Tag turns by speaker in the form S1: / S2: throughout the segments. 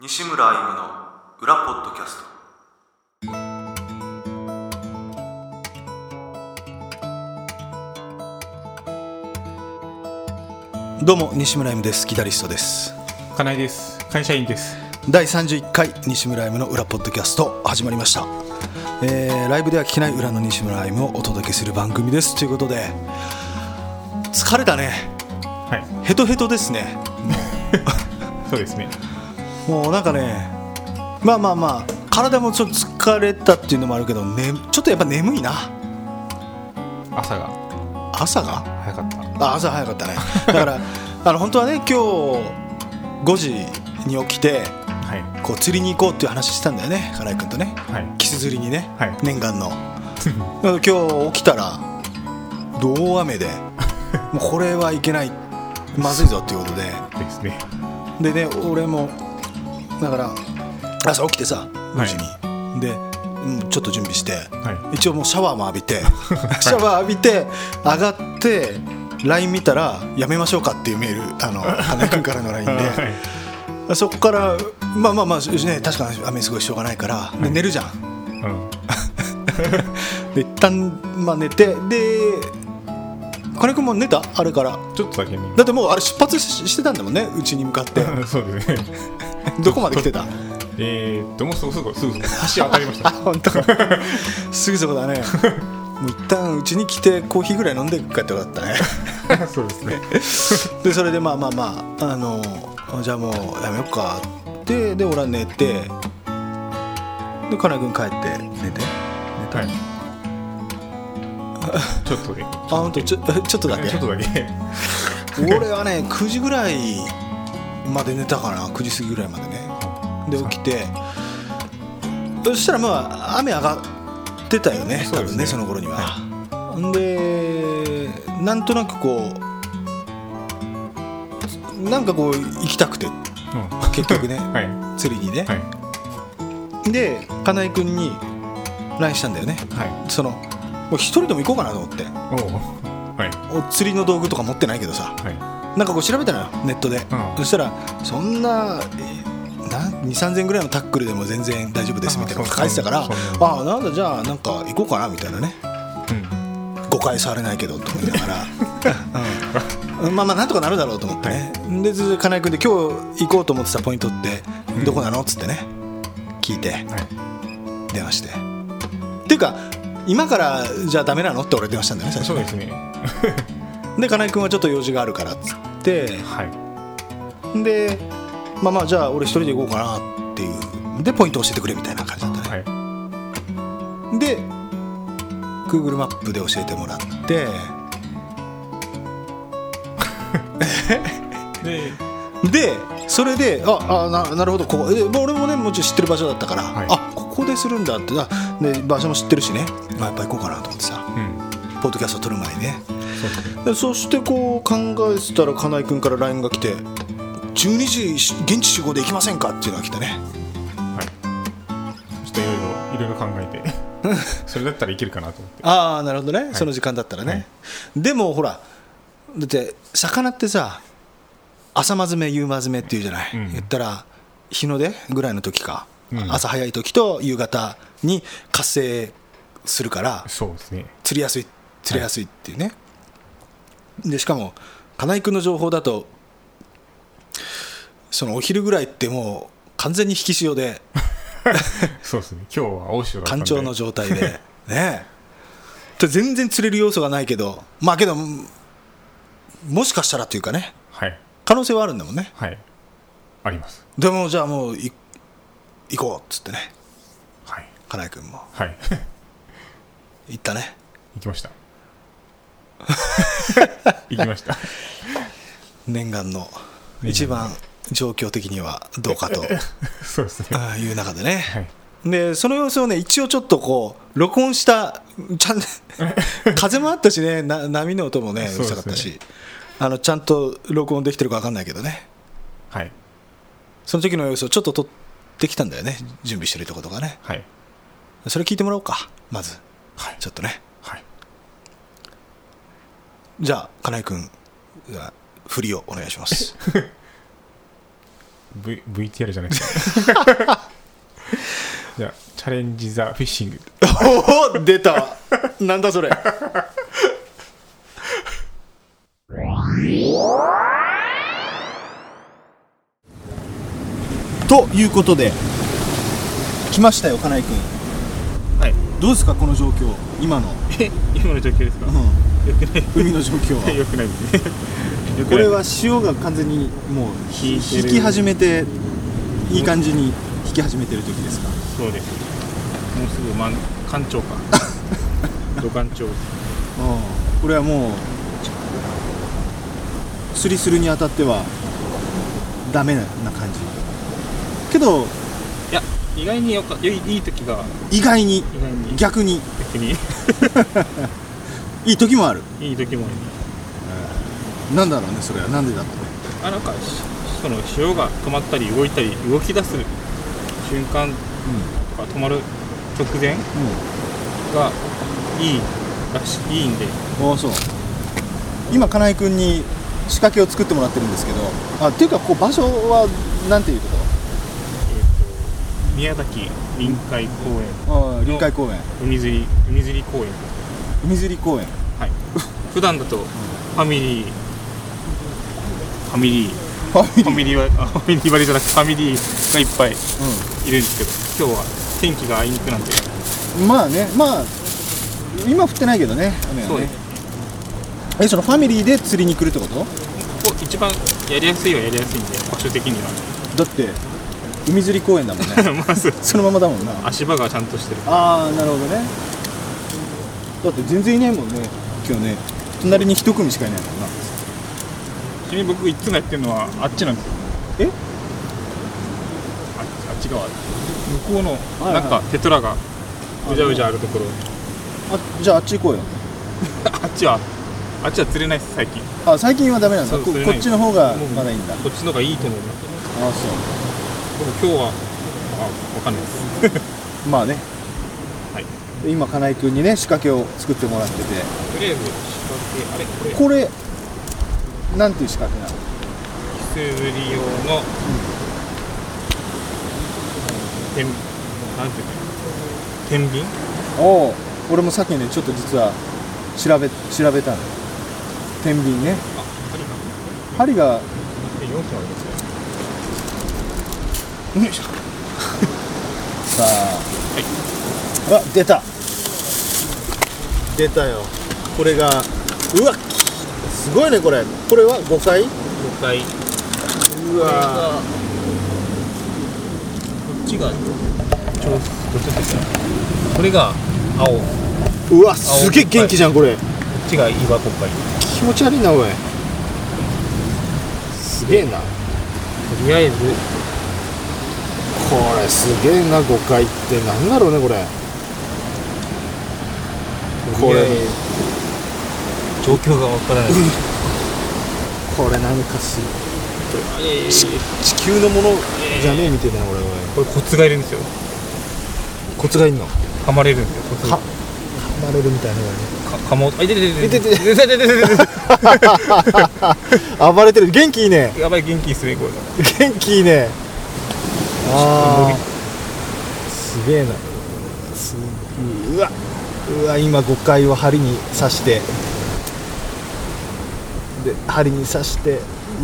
S1: 西村歩夢の裏ポッドキャスト
S2: どうも西村 M ですギタリストです
S3: 金井です会社員です
S2: 第31回西村 M の裏ポッドキャスト始まりました、えーライブでは聞けない裏の西村 M をお届けする番組ですということで疲れたね
S3: はい
S2: ヘトヘトですね
S3: そうですね
S2: もうなんかねまあまあまあ体もちょっと疲れたっていうのもあるけど、ね、ちょっとやっぱ眠いな
S3: 朝が
S2: 朝が
S3: 早かった
S2: あ朝早かったねだから あの本当はね今日5時に起きて
S3: はい
S2: こう釣りに行こうっていう話してたんだよね金井君とね
S3: はい
S2: キス釣りにね、
S3: はい
S2: 念願の今日起きたら大雨 でもうこれはいけないまずいぞっていうこと
S3: ですね
S2: ででね俺もだから朝起きてさ5時に、で、うん、ちょっと準備して、
S3: は
S2: 一応もうシャワーも浴び てシャワー浴びて上がって LINE 見たらやめましょうかっていうメールあの金井君からの LINE で。
S3: はい
S2: そこからまあまあまあ、ね、確かに雨すごいしょうがないから、で寝るじゃん
S3: うん
S2: で一旦まあ寝てで金井君も寝たあれから
S3: ちょっとだけね
S2: だってもうあれ出発ししてたんだもんねうちに向かって
S3: そうですね
S2: どこまで来てた
S3: えーっともうすぐすぐすぐ橋当たりまし
S2: あ
S3: た
S2: 本当すぐそこだねもう一旦うちに来てコーヒーぐらい飲んで帰ってよかったね
S3: そうですね
S2: でそれでまあまあまああのじゃあもうやめようかってで俺は寝てで金井君帰って寝て
S3: はいちょっとで
S2: あ本当ちょちょっとだけ
S3: ちょっとだけ
S2: 俺は ね9時ぐらいまで寝たかな9時過ぎぐらいまでねで起きてそしたらまあ雨上がってたよね
S3: そう
S2: 多
S3: ですね
S2: 分ねその頃には、んでなんとなくこうなんかこう行きたくて
S3: うん
S2: 結局 ね
S3: はい
S2: 釣りにね、
S3: はい
S2: で金井君に LINE したんだよね
S3: はい
S2: そのもう一人でも行こうかなと思って
S3: おおはい
S2: お釣りの道具とか持ってないけどさ
S3: は
S2: なんかこう調べたのよネットで、
S3: ん
S2: そしたらそんな23000円ぐらいのタックルでも全然大丈夫ですみたいなのが書いてたから
S3: あ
S2: あ
S3: そんなそんな
S2: あなんだじゃあなんか行こうかなみたいなね
S3: いうん
S2: 誤解されないけどと思いながら、うんまあまあなんとかなるだろうと思ってね、でずっと金井君で今日行こうと思ってたポイントってどこなのっつってね聞いて
S3: はい
S2: 電話してっていうか今からじゃあダメなのって俺電話したんだよね最
S3: そう
S2: 初
S3: ですね
S2: で金井君はちょっと用事があるからっつって
S3: はい
S2: でまあまあじゃあ俺一人で行こうかなっていうでポイント教えてくれみたいな感じだったね、
S3: はい
S2: で Google マップで教えてもらって
S3: で
S2: でそれでああななるほどここでもう俺もねもちろん知ってる場所だったから、
S3: はい
S2: あここでするんだってあで場所も知ってるしね、まあ、やっぱ行こうかなと思ってさ
S3: うん
S2: ポッドキャスト撮る前にね
S3: そうですね
S2: でそしてこう考えてたら金井君から LINE が来て12時し現地集合で行きませんかっていうのが来たね
S3: はいちょっといろいろいろいろ考えてそれだったらいけるかなと思って
S2: ああなるほどね、その時間だったらね、でもほらだって魚ってさ朝まずめ夕まずめっていうじゃない、
S3: うん
S2: 言ったら日の出ぐらいの時か、
S3: うん
S2: 朝早い時と夕方に活性するから
S3: そうですね
S2: 釣りやすい釣れやすいっていうね、でしかも金井君の情報だとそのお昼ぐらいってもう完全に引き潮で
S3: そうですね今日は大潮だったん
S2: 干
S3: で
S2: 潮の状態で ねえ全然釣れる要素がないけどまあけどうんもしかしたらというかね
S3: はい
S2: 可能性はあるんだもんね
S3: はいあります
S2: でもじゃあもうい行こうっつってね
S3: はい
S2: 金井君も
S3: はい
S2: 行ったね
S3: 行きました行きました
S2: 念願の
S3: 願の
S2: 一番状況的にはどうか と
S3: そうですね
S2: ああいう中でね、
S3: はい
S2: でその様子をね一応ちょっとこう録音したちゃん 風もあったしねな波の音もねう
S3: そうで
S2: る
S3: すね
S2: さかったし、あのちゃんと録音できてるか分かんないけどね
S3: はい
S2: その時の様子をちょっと撮ってきたんだよね、準備してるとことかね。
S3: はい
S2: それ聞いてもらおうか、まず。
S3: はい
S2: ちょっとね。
S3: はい
S2: じゃあ、金井君、じゃあ振りをお願いします。
S3: v、VTR じゃないじゃあチャレンジ・ザ・フィッシング
S2: おお出た なんだそれということで来ましたよ金井君
S3: はい
S2: どうですかこの状況今の、
S3: 今の状況です か
S2: う
S3: よくない
S2: ん、海の状況 は
S3: よくないですねよくない
S2: これは潮が完全にもう
S3: 引
S2: 引
S3: いてる
S2: き始めていい感じに引き始めてる時ですか
S3: そうですもうすぐ満干潮 か土干潮です
S2: うんこれはもう釣りするにあたってはダメな感じけど
S3: いや意外によかよいいい時が
S2: 意外に
S3: 意外に
S2: 逆に
S3: 逆に
S2: いい時もある
S3: いい時もある
S2: なんだろうねそれはなんでだろうね
S3: あなんかしその潮が止まったり動いたり動き出す瞬間とか止まる直前がいいらしいいいんで
S2: うん、うん、ああそう今金井君に仕掛けを作ってもらってるんですけどあっていうかここ場所はなんていうとこ
S3: えっ、と宮崎臨海公園
S2: ああ臨海公園
S3: 海釣り海釣り公園
S2: 海釣り公園
S3: はい 普段だとファミリーファミリー
S2: ファミ
S3: ファ
S2: リー、
S3: ミリーはあファミリー割りじゃなくてファミリーがいっぱいいるんですけど今日は天気があいにくなんで
S2: うん、まあねまあ今降ってないけどね雨はね
S3: そうです
S2: えそのファミリーで釣りに来るってこと
S3: ここ一番やりやすいはやりやすいんで場所的には
S2: だって海釣り公園だもんね
S3: まず
S2: そのままだもんな
S3: 足場がちゃんとしてる
S2: ああなるほどねだって全然いないもんね今日ね隣に一組しかいないもんな
S3: ちなみに僕いつもやってるのはあっちなんですよ
S2: え
S3: ああっち側向こうの
S2: いはい
S3: なんかテトラがうじゃうじゃあるとこ ろ
S2: あじゃああっち行こうよ
S3: あっちはあっちは釣れないです最近
S2: あ最近はダメなんだ
S3: そう
S2: こ
S3: 釣れ
S2: こ
S3: ない
S2: っちの方がまだいいんだあ
S3: こっちの方がいいと思いま
S2: あ
S3: す
S2: そ
S3: 僕今日はあわかんないです
S2: うまあね、
S3: はい
S2: 今金井君にね仕掛けを作ってもらってて
S3: とりあえず仕掛けあれこれ
S2: これなんていう仕掛けなの
S3: ス釣り用の、天なんていうか天秤
S2: おお俺もさっきねちょっと実は調べ調べたの天秤ね
S3: あ
S2: 針
S3: 針が
S2: が
S3: え4本ありますよ
S2: さあ、あ出た出たよこれがうわきすごいねこれこれは5回
S3: 5回
S2: うわ
S3: こっちが調どっちだったっけこれが青こ
S2: うわすげえ元気じゃんこれ
S3: っちが岩国会
S2: 気持ち悪いなおいすげえなこと
S3: りあえず
S2: れすげえな5回ってなんだろうねこれこれ
S3: 状況がわからない
S2: これなんかす
S3: えー
S2: 地球のものじゃねえみたいな俺おい
S3: これコツがいるんですよ
S2: コツがいんの
S3: 噛まれるんですよコツ
S2: か噛まれるみたいな
S3: か噛もうあいてててて
S2: い
S3: ててててて
S2: 暴れてる元気いいね
S3: てやばい元気ですねこれ
S2: 元気いいねああすげえなすうわうわ今5回を針に刺してで針に刺して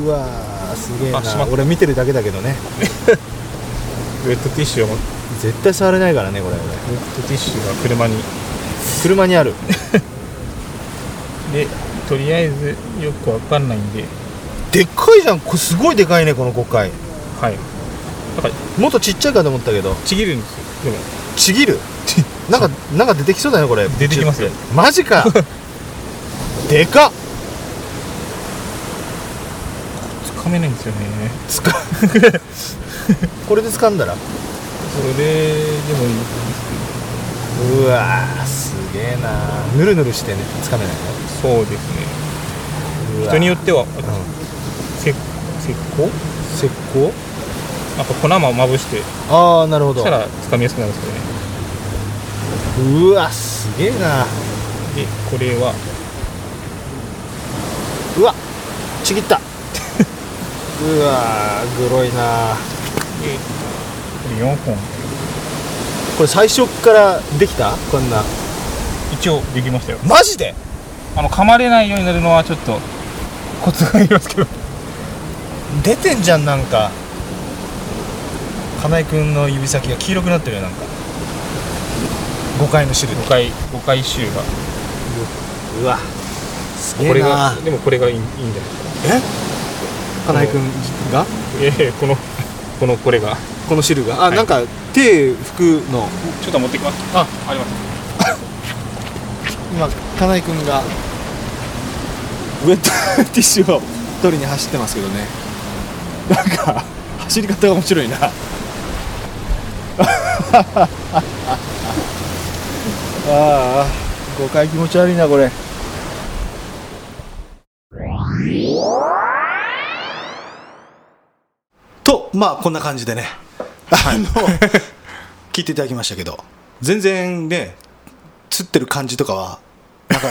S2: うわーすげえ
S3: あしま
S2: な
S3: った
S2: 俺見てるだけだけどね
S3: ウェットティッシュを持って
S2: 絶対触れないからねこれ俺
S3: ウェットティッシュが車に
S2: 車にある
S3: でとりあえずよくわかんないんで
S2: でっかいじゃんこれすごいでかいねこの5回
S3: はいなんか
S2: もっとちっちゃいかと思ったけど
S3: ちぎるんですよでも
S2: ちぎる なんかなんか出てきそうだねこれ
S3: 出てきますよ
S2: マジか でかっ
S3: つかめないんですよね
S2: つかこれで掴んだら
S3: それででもいい
S2: うわーすげえなぬるぬるしてね掴めない
S3: そうですね
S2: の
S3: 人によっては
S2: てうん
S3: 石石膏
S2: 石膏
S3: なんか粉もまぶして
S2: ああなるほど
S3: したらつかみやすくなるんですけどね
S2: うわすげえな
S3: でこれは
S2: うわちぎった
S3: うわーグロいな
S4: これ4本
S3: これ最初からできたこんな
S4: 一応できましたよ
S3: マジで
S4: あの噛まれないようになるのはちょっとコツがいりますけど
S3: 出てんじゃんなんか金井君の指先が黄色くなってるよなんか5回の汁
S4: 5回5回臭が
S3: うわす
S4: これがでもこれがいいいいんじゃないですか
S3: 金井君が
S4: ええこのこのこれが
S3: この汁があ、
S4: はい
S3: なんか手拭くの
S4: ちょっと持ってきますああります
S3: 今金井君がウェ ットティッシュを取りに走ってますけどねなんか走り方が面白い なああ誤解気持ち悪いなこれ
S2: とまあこんな感じでね、あ の聞いていただきましたけど全然ね釣ってる感じとかはなんか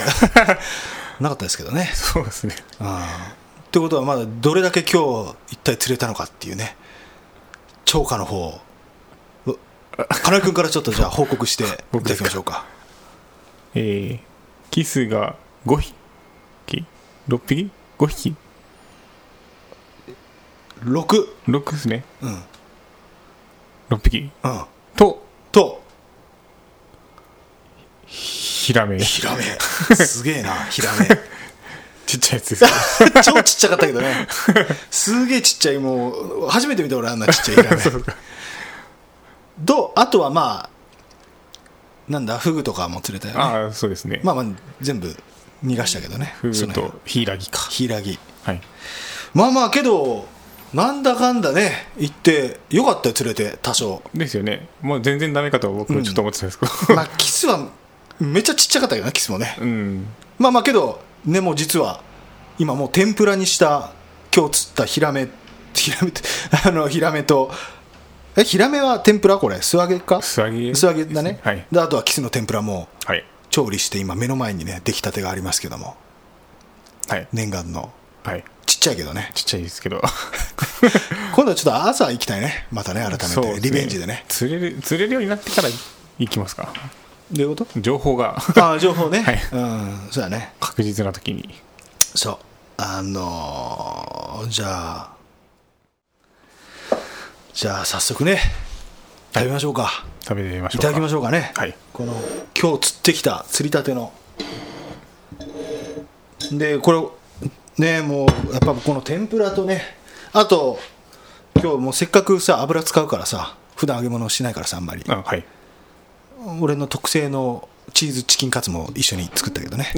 S2: なかったですけどね。
S4: そうですね
S2: あーってことはまだどれだけ今日一体釣れたのかっていうね釣果の方をう金井君からちょっとじゃあ報告していただきましょうか
S4: えー、キスが5匹6匹5匹
S2: 6
S4: 6ですね
S2: うん
S4: 6匹
S2: うん
S4: と
S2: と
S4: ヒラメ
S2: ヒラメすげえなヒラメ
S4: ちっちゃいやつ です
S2: 超ちっちゃかったけどねすげえちっちゃいもう初めて見た俺あんなちっちゃいヒラメとあとはまあなんだフグとかも釣れたよね
S4: ああそうですね、
S2: まあまあ全部逃がしたけどね
S4: フ
S2: その
S4: グ
S2: 辺
S4: とヒイラギか
S2: ヒイラギ
S4: はい
S2: まあまあけどなんだかんだね行ってよかったよ連れて多少
S4: ですよねもう全然ダメかと僕はちょっと思ってたんですけど
S2: まあ キスはめっちゃちっちゃかったけどねキスもね
S4: うん
S2: まあまあけどねもう実は今もう天ぷらにした今日釣ったヒラメヒラメって あのヒラメとえヒラメは天ぷらこれ素揚げか
S4: 素揚げ
S2: 素揚げだね、
S4: はい
S2: であとはキスの天ぷらも
S4: はい
S2: 調理して今目の前にね出来たてがありますけども
S4: はい
S2: 念願の
S4: はい
S2: ちっちゃいけどね
S4: ちっちゃいですけど
S2: 今度はちょっと朝行きたいねまたね改め
S4: そう
S2: て、
S4: です
S2: リベンジでね
S4: 釣れる釣れるようになってから行きますか
S2: どういうこと
S4: 情報が
S2: ああ情報ね、
S4: はい
S2: うんそうだね
S4: 確実な時に
S2: そうあのーじゃあじゃあ早速ね食べましょうか
S4: 食べてみまし
S2: い
S4: ょう
S2: た
S4: か
S2: だきましょうかね、
S4: はい
S2: この今日釣ってきた釣りたてのでこれねもうやっぱこの天ぷらとねあと今日もうせっかくさ油使うからさ普段揚げ物しないからさあんまり
S4: あはい
S2: 俺の特製のチーズチキンカツも一緒に作ったけどね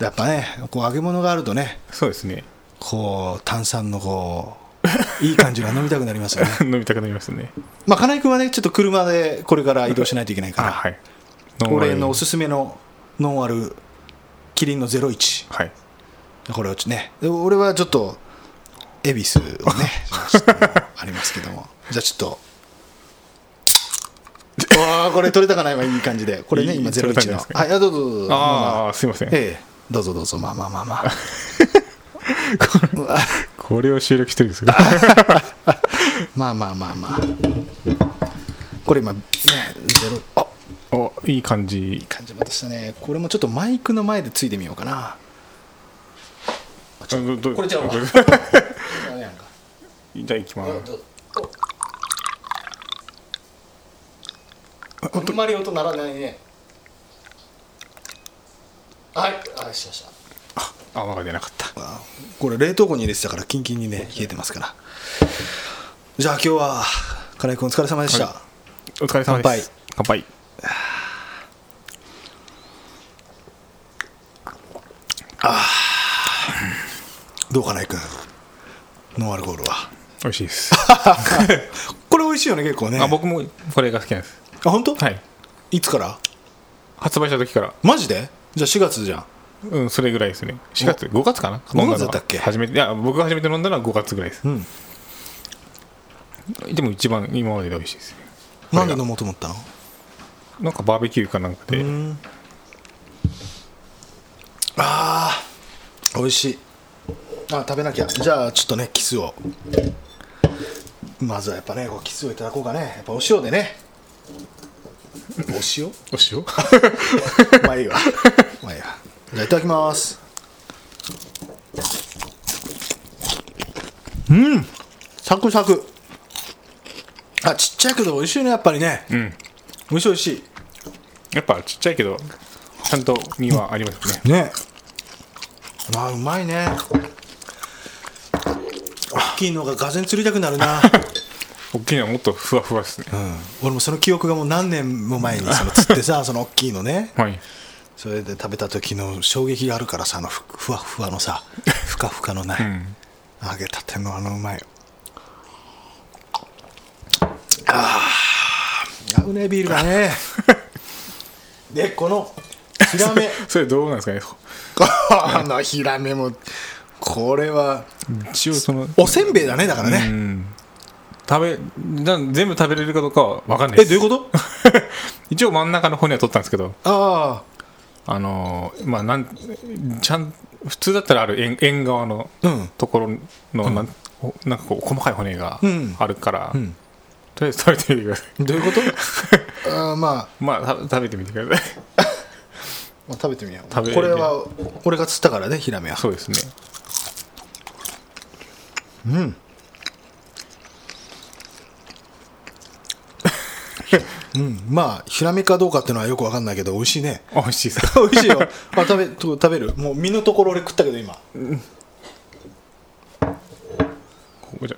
S2: やっぱねこう揚げ物があるとね
S4: そうですね
S2: こう炭酸のこういい感じが飲みたくなりますよね
S4: 飲みたくなりましたね
S2: まあ金井君はねちょっと車でこれから移動しないといけないか
S4: あ
S2: ら
S4: はいノンアル
S2: 俺のおすすめのノンアルキリンの01
S4: はい
S2: これをねで俺はちょっと恵比寿をねちょっとありますけどもじゃあちょっとわあこれ取れたかな今いい感じでこれね
S4: いい
S2: 今
S4: 取れたん
S2: 01
S4: じゃ
S2: の
S4: ないですか
S2: はいあどうぞどうぞまあま
S4: あ
S2: あ
S4: あすいません、
S2: ええどうぞどうぞまあまあまあまあ
S4: これを収録してるんで すけど
S2: まあまあまあまあこれ今ねゼロあ
S4: おいい感じ
S2: 感じましたねこれもちょっとマイクの前でついでみようかな
S4: あどど
S2: これじゃああれやんか
S4: じゃあ行きます
S2: あんまり音鳴らないねはいあよしよし
S4: 泡が出なかった
S2: これ冷凍庫に入れてたからキンキンにね冷えてますからじゃあ今日は金井君お疲れ様でした、
S4: お疲れ様です乾杯
S2: どう金井君ノンアルコールは
S4: 美味しいです
S2: これ美味しいよね結構ね
S4: あ僕もこれが好きなんです
S2: あ本当、
S4: はい
S2: い、つから
S4: 発売した時から
S2: マジでじゃあ4月じゃん
S4: うん、それぐらいですね。4月、5月かな
S2: 五月
S4: 飲んだの
S2: だ
S4: は
S2: ったっけ
S4: 初めて、いや、僕が初めて飲んだのは5月ぐらいです。
S2: ん
S4: でも一番今までで美味しいですね。
S2: なんで飲もうと思ったの
S4: なんかバーベキューかなんかで、
S2: あー美味しいあ食べなきゃじゃあちょっとねキスをまずはやっぱねこうキスをいただこうかねやっぱお塩でねお塩
S5: お塩
S2: まあいいわまあいいわじゃあいただきますうんサクサクあちっちゃいけど美味しいねやっぱりね
S4: うん
S2: 美味しい美味し
S4: やっぱちっちゃいけどちゃんと身はありますね
S2: いねああうまいね大きいのががぜん釣りたくなる な
S4: 大きいのはもっとふわふわですね
S2: 俺もその記憶がもう何年も前にその釣ってさその大きいのね
S4: はい
S2: それで食べた時の衝撃があるからさあのふふわふわの さふかふかのね、
S4: ん
S2: 揚げたてのあのうまいああ合うねビールが ねでこのヒラメ
S4: それどうなんですかね
S2: このヒラメもこれは
S4: 一応その
S2: おせんべいだねだからね、
S4: うん食べな全部食べれるかどうかは分かんない
S2: え
S4: で
S2: どうい
S4: す
S2: うこと
S4: 一応真ん中の骨は取ったんですけど
S2: あ
S4: あのーまあなんちゃん普通だったらある円円側の
S2: うん
S4: ところの、なんほなんかこう細かい骨が
S2: うん
S4: あるから、
S2: ん
S4: とりあえず食べてみてください
S2: あどういうこと あーまあ
S4: まあた食べてみてくだ さい
S2: まあ、食べてみよう
S4: 食べ
S2: これは俺が釣ったからねヒラメは
S4: そうですね
S2: うんまあヒラメかどうかっていうのはよく分かんないけど美味しいね
S4: 美味しいさ
S2: 美味しいよあ食べと食べるもう身のところ俺食ったけど今
S4: ここじゃ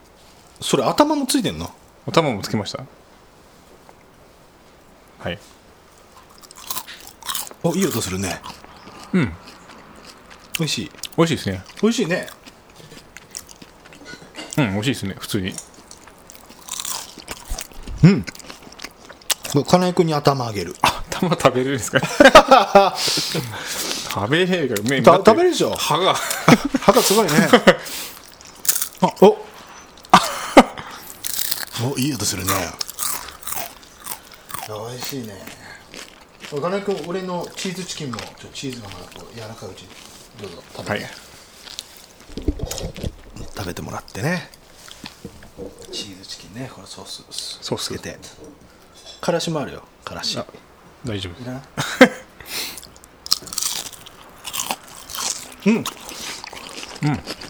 S2: それ頭もついてんの
S4: お玉もつけましたはい
S2: おいい音するね
S4: うん
S2: 美味しい
S4: 美味しいですね
S2: 美味しいね
S4: うん美味しいですね普通に
S2: 金井君に頭あげる
S4: あ玉食べれるんですか 食べれるかめ
S2: た
S4: 待って
S2: 食べれるでしょ
S4: 歯が
S2: 歯がすごいねあ おあ おいい音するね美味しいねお金井君俺のチーズチキンもちょチーズのまだこう柔らかいうちにどうぞ食
S4: は
S2: べ
S4: い
S2: て、食べてもらってねチーズチキンねこれソース
S4: ソース
S2: つけてからしもあるよからし
S4: あ大丈夫です
S2: いらない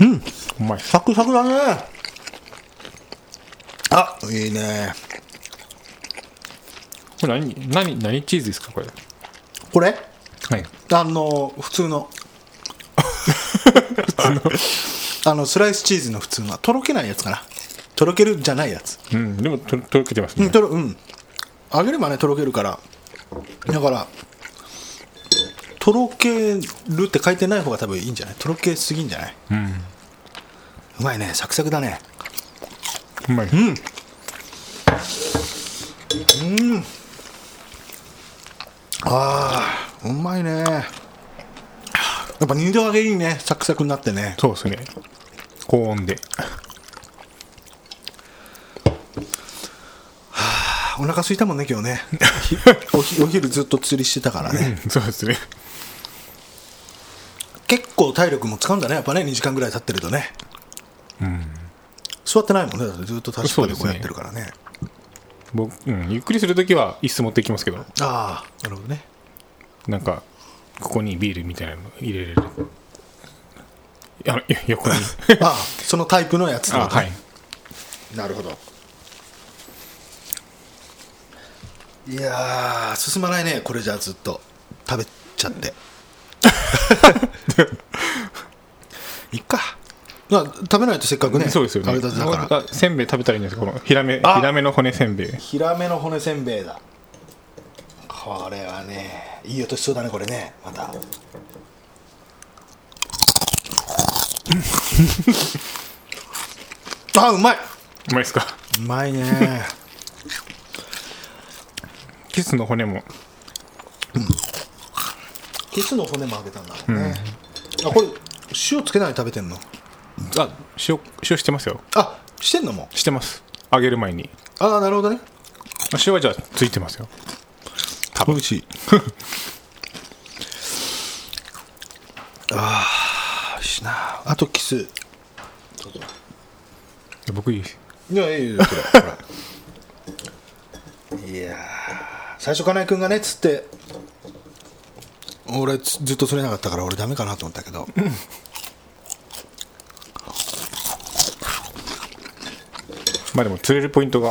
S4: うんうまい
S2: サクサクだねあいいね
S4: これ何何何チーズですかこれ
S2: これ
S4: はい
S2: あの普通のあのスライスチーズの普通のとろけないやつかなとろけるじゃないやつ
S4: うんでもととろけてます
S2: うん
S4: ね
S2: とろうん揚げればねとろけるからだからとろけるって書いてない方が多分いいんじゃないとろけすぎんじゃない
S4: うん
S2: うまいねサクサクだね
S4: うまいうん
S2: ああうまいねやっぱ二度揚げいいねサクサクになってね
S4: そうですね高温 で
S2: あお腹空いたもんね今日ねおひお昼ずっと釣りしてたからね、
S4: うんそうですね
S2: 結構体力も使うんだねやっぱね2時間ぐらい経ってるとね座ってないもんねだってずっと立ちっぱでこうやってるからね
S4: 僕、うん、ゆっくりするときは椅子持っていきますけど
S2: ああなるほどね
S4: なんかここにビールみたいなの入れれる あのよ横に
S2: ああそのタイプのやつ
S4: あはい
S2: なるほどいやー進まないねこれじゃあずっと食べちゃって いっかまあ食べないとせっかくね
S4: そうですよね
S2: 食べたてだから
S4: あせんべい食べたらいいんですかこのヒラメヒ
S2: あ
S4: ラメの骨せんべい
S2: ヒラメの骨せんべいだこれはねいい音しそうだねこれねま たあうまいう
S4: まいですか
S2: うまいね
S4: キスの骨も
S2: キスの骨もあげたんだもんね、あこれ塩つけないで食べてんの
S4: あ塩塩してますよ
S2: あしてんのも
S4: してます揚げる前に
S2: ああなるほどね
S4: 塩はじゃあついてますよ多 分しい
S2: あしなあとキスどうぞ
S4: 僕いい
S2: いやいやいやこ れこれいやー最初金井君がねつって俺つずっと釣れなかったから俺ダメかなと思ったけど
S4: まあでも釣れるポイントが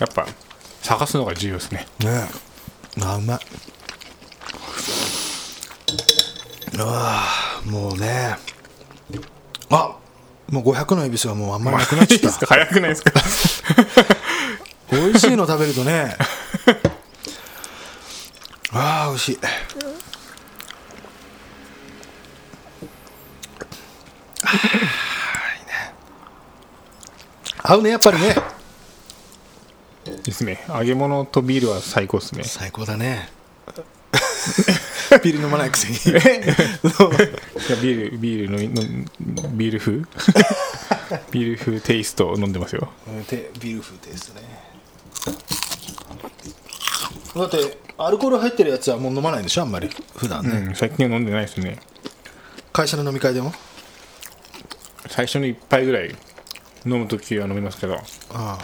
S4: やっぱ探すのが重要ですね
S2: ねえあうまいうわあもうねあもう500の恵比寿はもうあんまりなくなっち ゃった
S4: 早くないですか
S2: 美味しいの食べると ねああ美味しいあーいいね合うねやっぱりね
S4: ですね揚げ物とビールは最高ですね
S2: 最高だ ねビール飲まないくせ に
S4: いやビールビールののビール風 ビール風テイストを飲んでますよ
S2: うんてビール風テイストねだってアルコール入ってるやつはもう飲まないでしょあんまり普段ね、
S4: うん最近は飲んでないですね
S2: 会社の飲み会でも
S4: 最初の一杯ぐらい飲む時は飲みますけど
S2: あ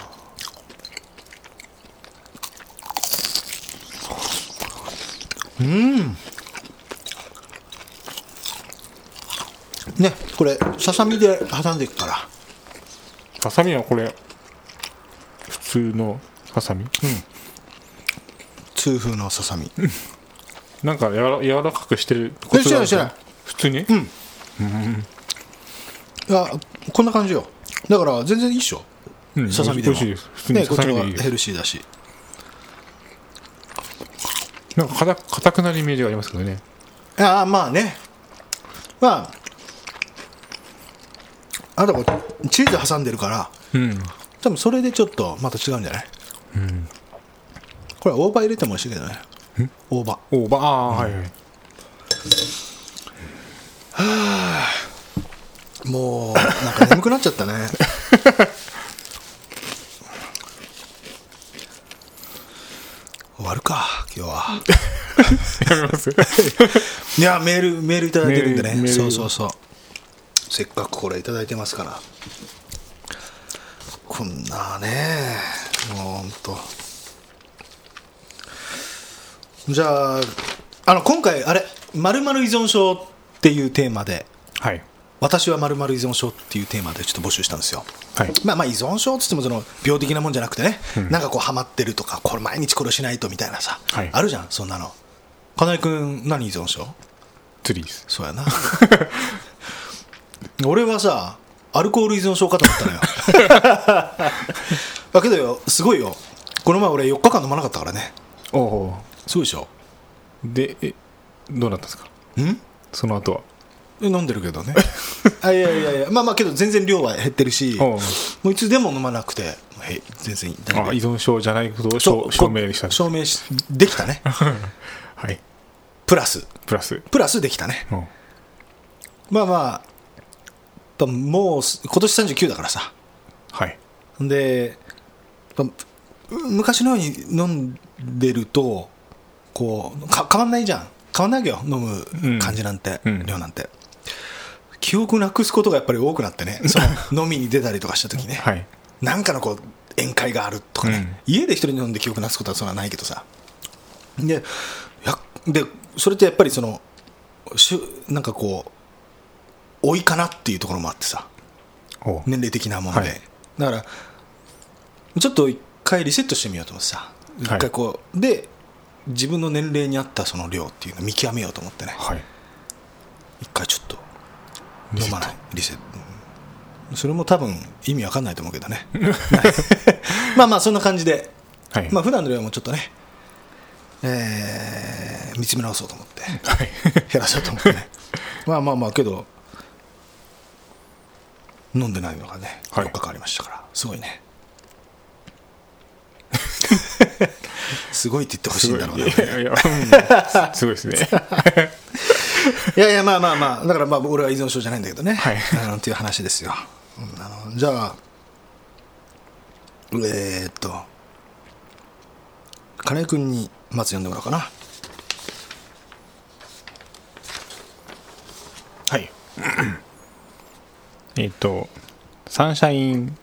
S2: あうんねこれささみで挟んでいくから
S4: ハサミはこれ普通のハサミ、
S2: 痛風のささみ
S4: なんかやわら柔らかくしてるコツがあるんですよ
S2: してないしてない
S4: 普通に、うん、
S2: いやこんな感じよだから全然いいっしょ
S4: うん
S2: ささみでも
S4: 美味しいです普通に
S2: ねこ
S4: さ
S2: っち
S4: さ
S2: の
S4: み
S2: 方
S4: で
S2: が
S4: いいです
S2: ヘルシーだし
S4: なんか硬く硬くなるイメージがありますけどね
S2: ああまあねまああとこれチーズ挟んでるから
S4: うん
S2: 多分それでちょっとまた違うんじゃない、これ大葉入れても美味しいけどね大葉
S4: おばあー、はいはい
S2: もうなんか眠くなっちゃったね 終わるか今日は
S4: やめます
S2: いやメールメールいただいてるんで
S4: メール
S2: ね
S4: メール
S2: そうそうそうせっかくこれいただいてますからこんなねもうほんとじゃああの今回あれ「まる依存症」っていうテーマで
S4: はい
S2: 「私はまる依存症」っていうテーマでちょっと募集したんですよ
S4: はい
S2: まあまあ依存症っつってもその病的なもんじゃなくてね、なんかこうハマってるとかこれ毎日これしないとみたいなさ、
S4: はい
S2: あるじゃんそんなの金井君何依存症
S4: 釣りです
S2: そうやな 俺はさアルコール依存症かと思った のよだけどよすごいよこの前俺4日間飲まなかったからね
S4: おお
S2: すごいでしょ
S4: でえどうなったんですか
S2: ん
S4: その後は
S2: え飲んでるけどね あいやいやいやまあまあけど全然量は減ってるし
S4: おう
S2: もういつでも飲まなくてもうへい全然大丈夫
S4: あ依存症じゃないことを
S2: そう
S4: 証証明した
S2: こ証明しできたね
S4: はい
S2: プラス
S4: プラス
S2: プラスできたね
S4: うん
S2: まあまあやっぱもうす今年39だからさ
S4: はい
S2: でやっぱう昔のように飲んでるとこうか変わんないじゃん変わんないわけよ飲む感じなんて、
S4: うんうん
S2: 量なんて記憶なくすことがやっぱり多くなってねそ の飲みに出たりとかした時ね、
S4: はい
S2: なんかのこう宴会があるとかね、家で一人で飲んで記憶なくすことはそんなないけどさでやでそれってやっぱりそのしゅなんかこう老いかなっていうところもあってさ
S4: おう
S2: 年齢的なもので、
S4: はい
S2: だからちょっと一回リセットしてみようと思ってさ一
S4: はい
S2: 回こう、で自分の年齢に合ったその量っていうのを見極めようと思ってね
S4: はい
S2: 一回ちょっと飲まないリセットうんそれも多分意味わかんないと思うけど ねまあまあそんな感じで、
S4: はい
S2: まあ普段の量もちょっとねえー見つめ直そうと思って
S4: はい
S2: 減らそうと思 ってねまあまあまあけど飲んでないのがね
S4: はい
S2: 4日間ありましたから、すごい ねすごいって言ってほしいんだろうね
S4: いやいや うんすごいですね
S2: いやいやまあまあまあだからまあ俺は依存症じゃないんだけどね、
S4: はい
S2: あのっていう話ですよ、うんあのじゃあえー、っと金井君にまず読んでもらおうかな
S4: はいええっと、サンシャイン、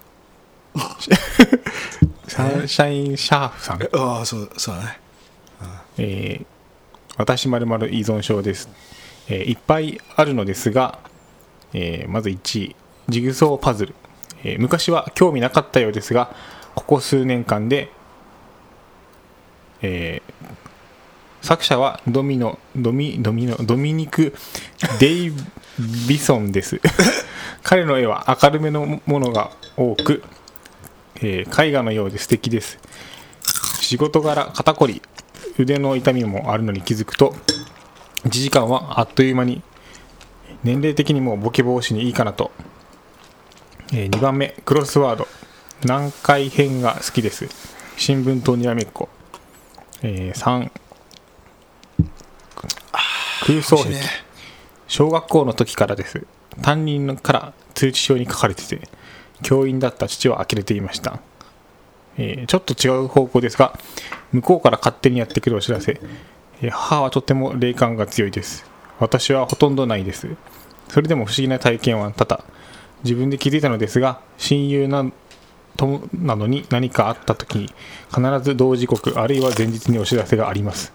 S4: サンシャインシャーフさん、
S2: ああそうそうだね
S4: えー私まるまる依存症です、えーいっぱいあるのですが、えーまず1位、ジグソーパズル、えー昔は興味なかったようですが、ここ数年間で、えー作者はドミノ、ドミ、ドミノ、ドミニク・デイビソンです。 彼の絵は明るめのものが多く、えー絵画のようで素敵です仕事柄肩こり腕の痛みもあるのに気づくと1時間はあっという間に年齢的にもボケ防止にいいかなと、え2番目クロスワード南海編が好きです新聞とにらめっこ、え3
S2: 美
S4: 空想壁
S2: 味しいね
S4: 小学校の時からです担任から通知表に書かれてて教員だった父は呆れていました、えーちょっと違う方向ですが向こうから勝手にやってくるお知らせ、えー母はとても霊感が強いです私はほとんどないですそれでも不思議な体験は多々自分で気づいたのですが親友なとなのに何かあった時に必ず同時刻あるいは前日にお知らせがあります、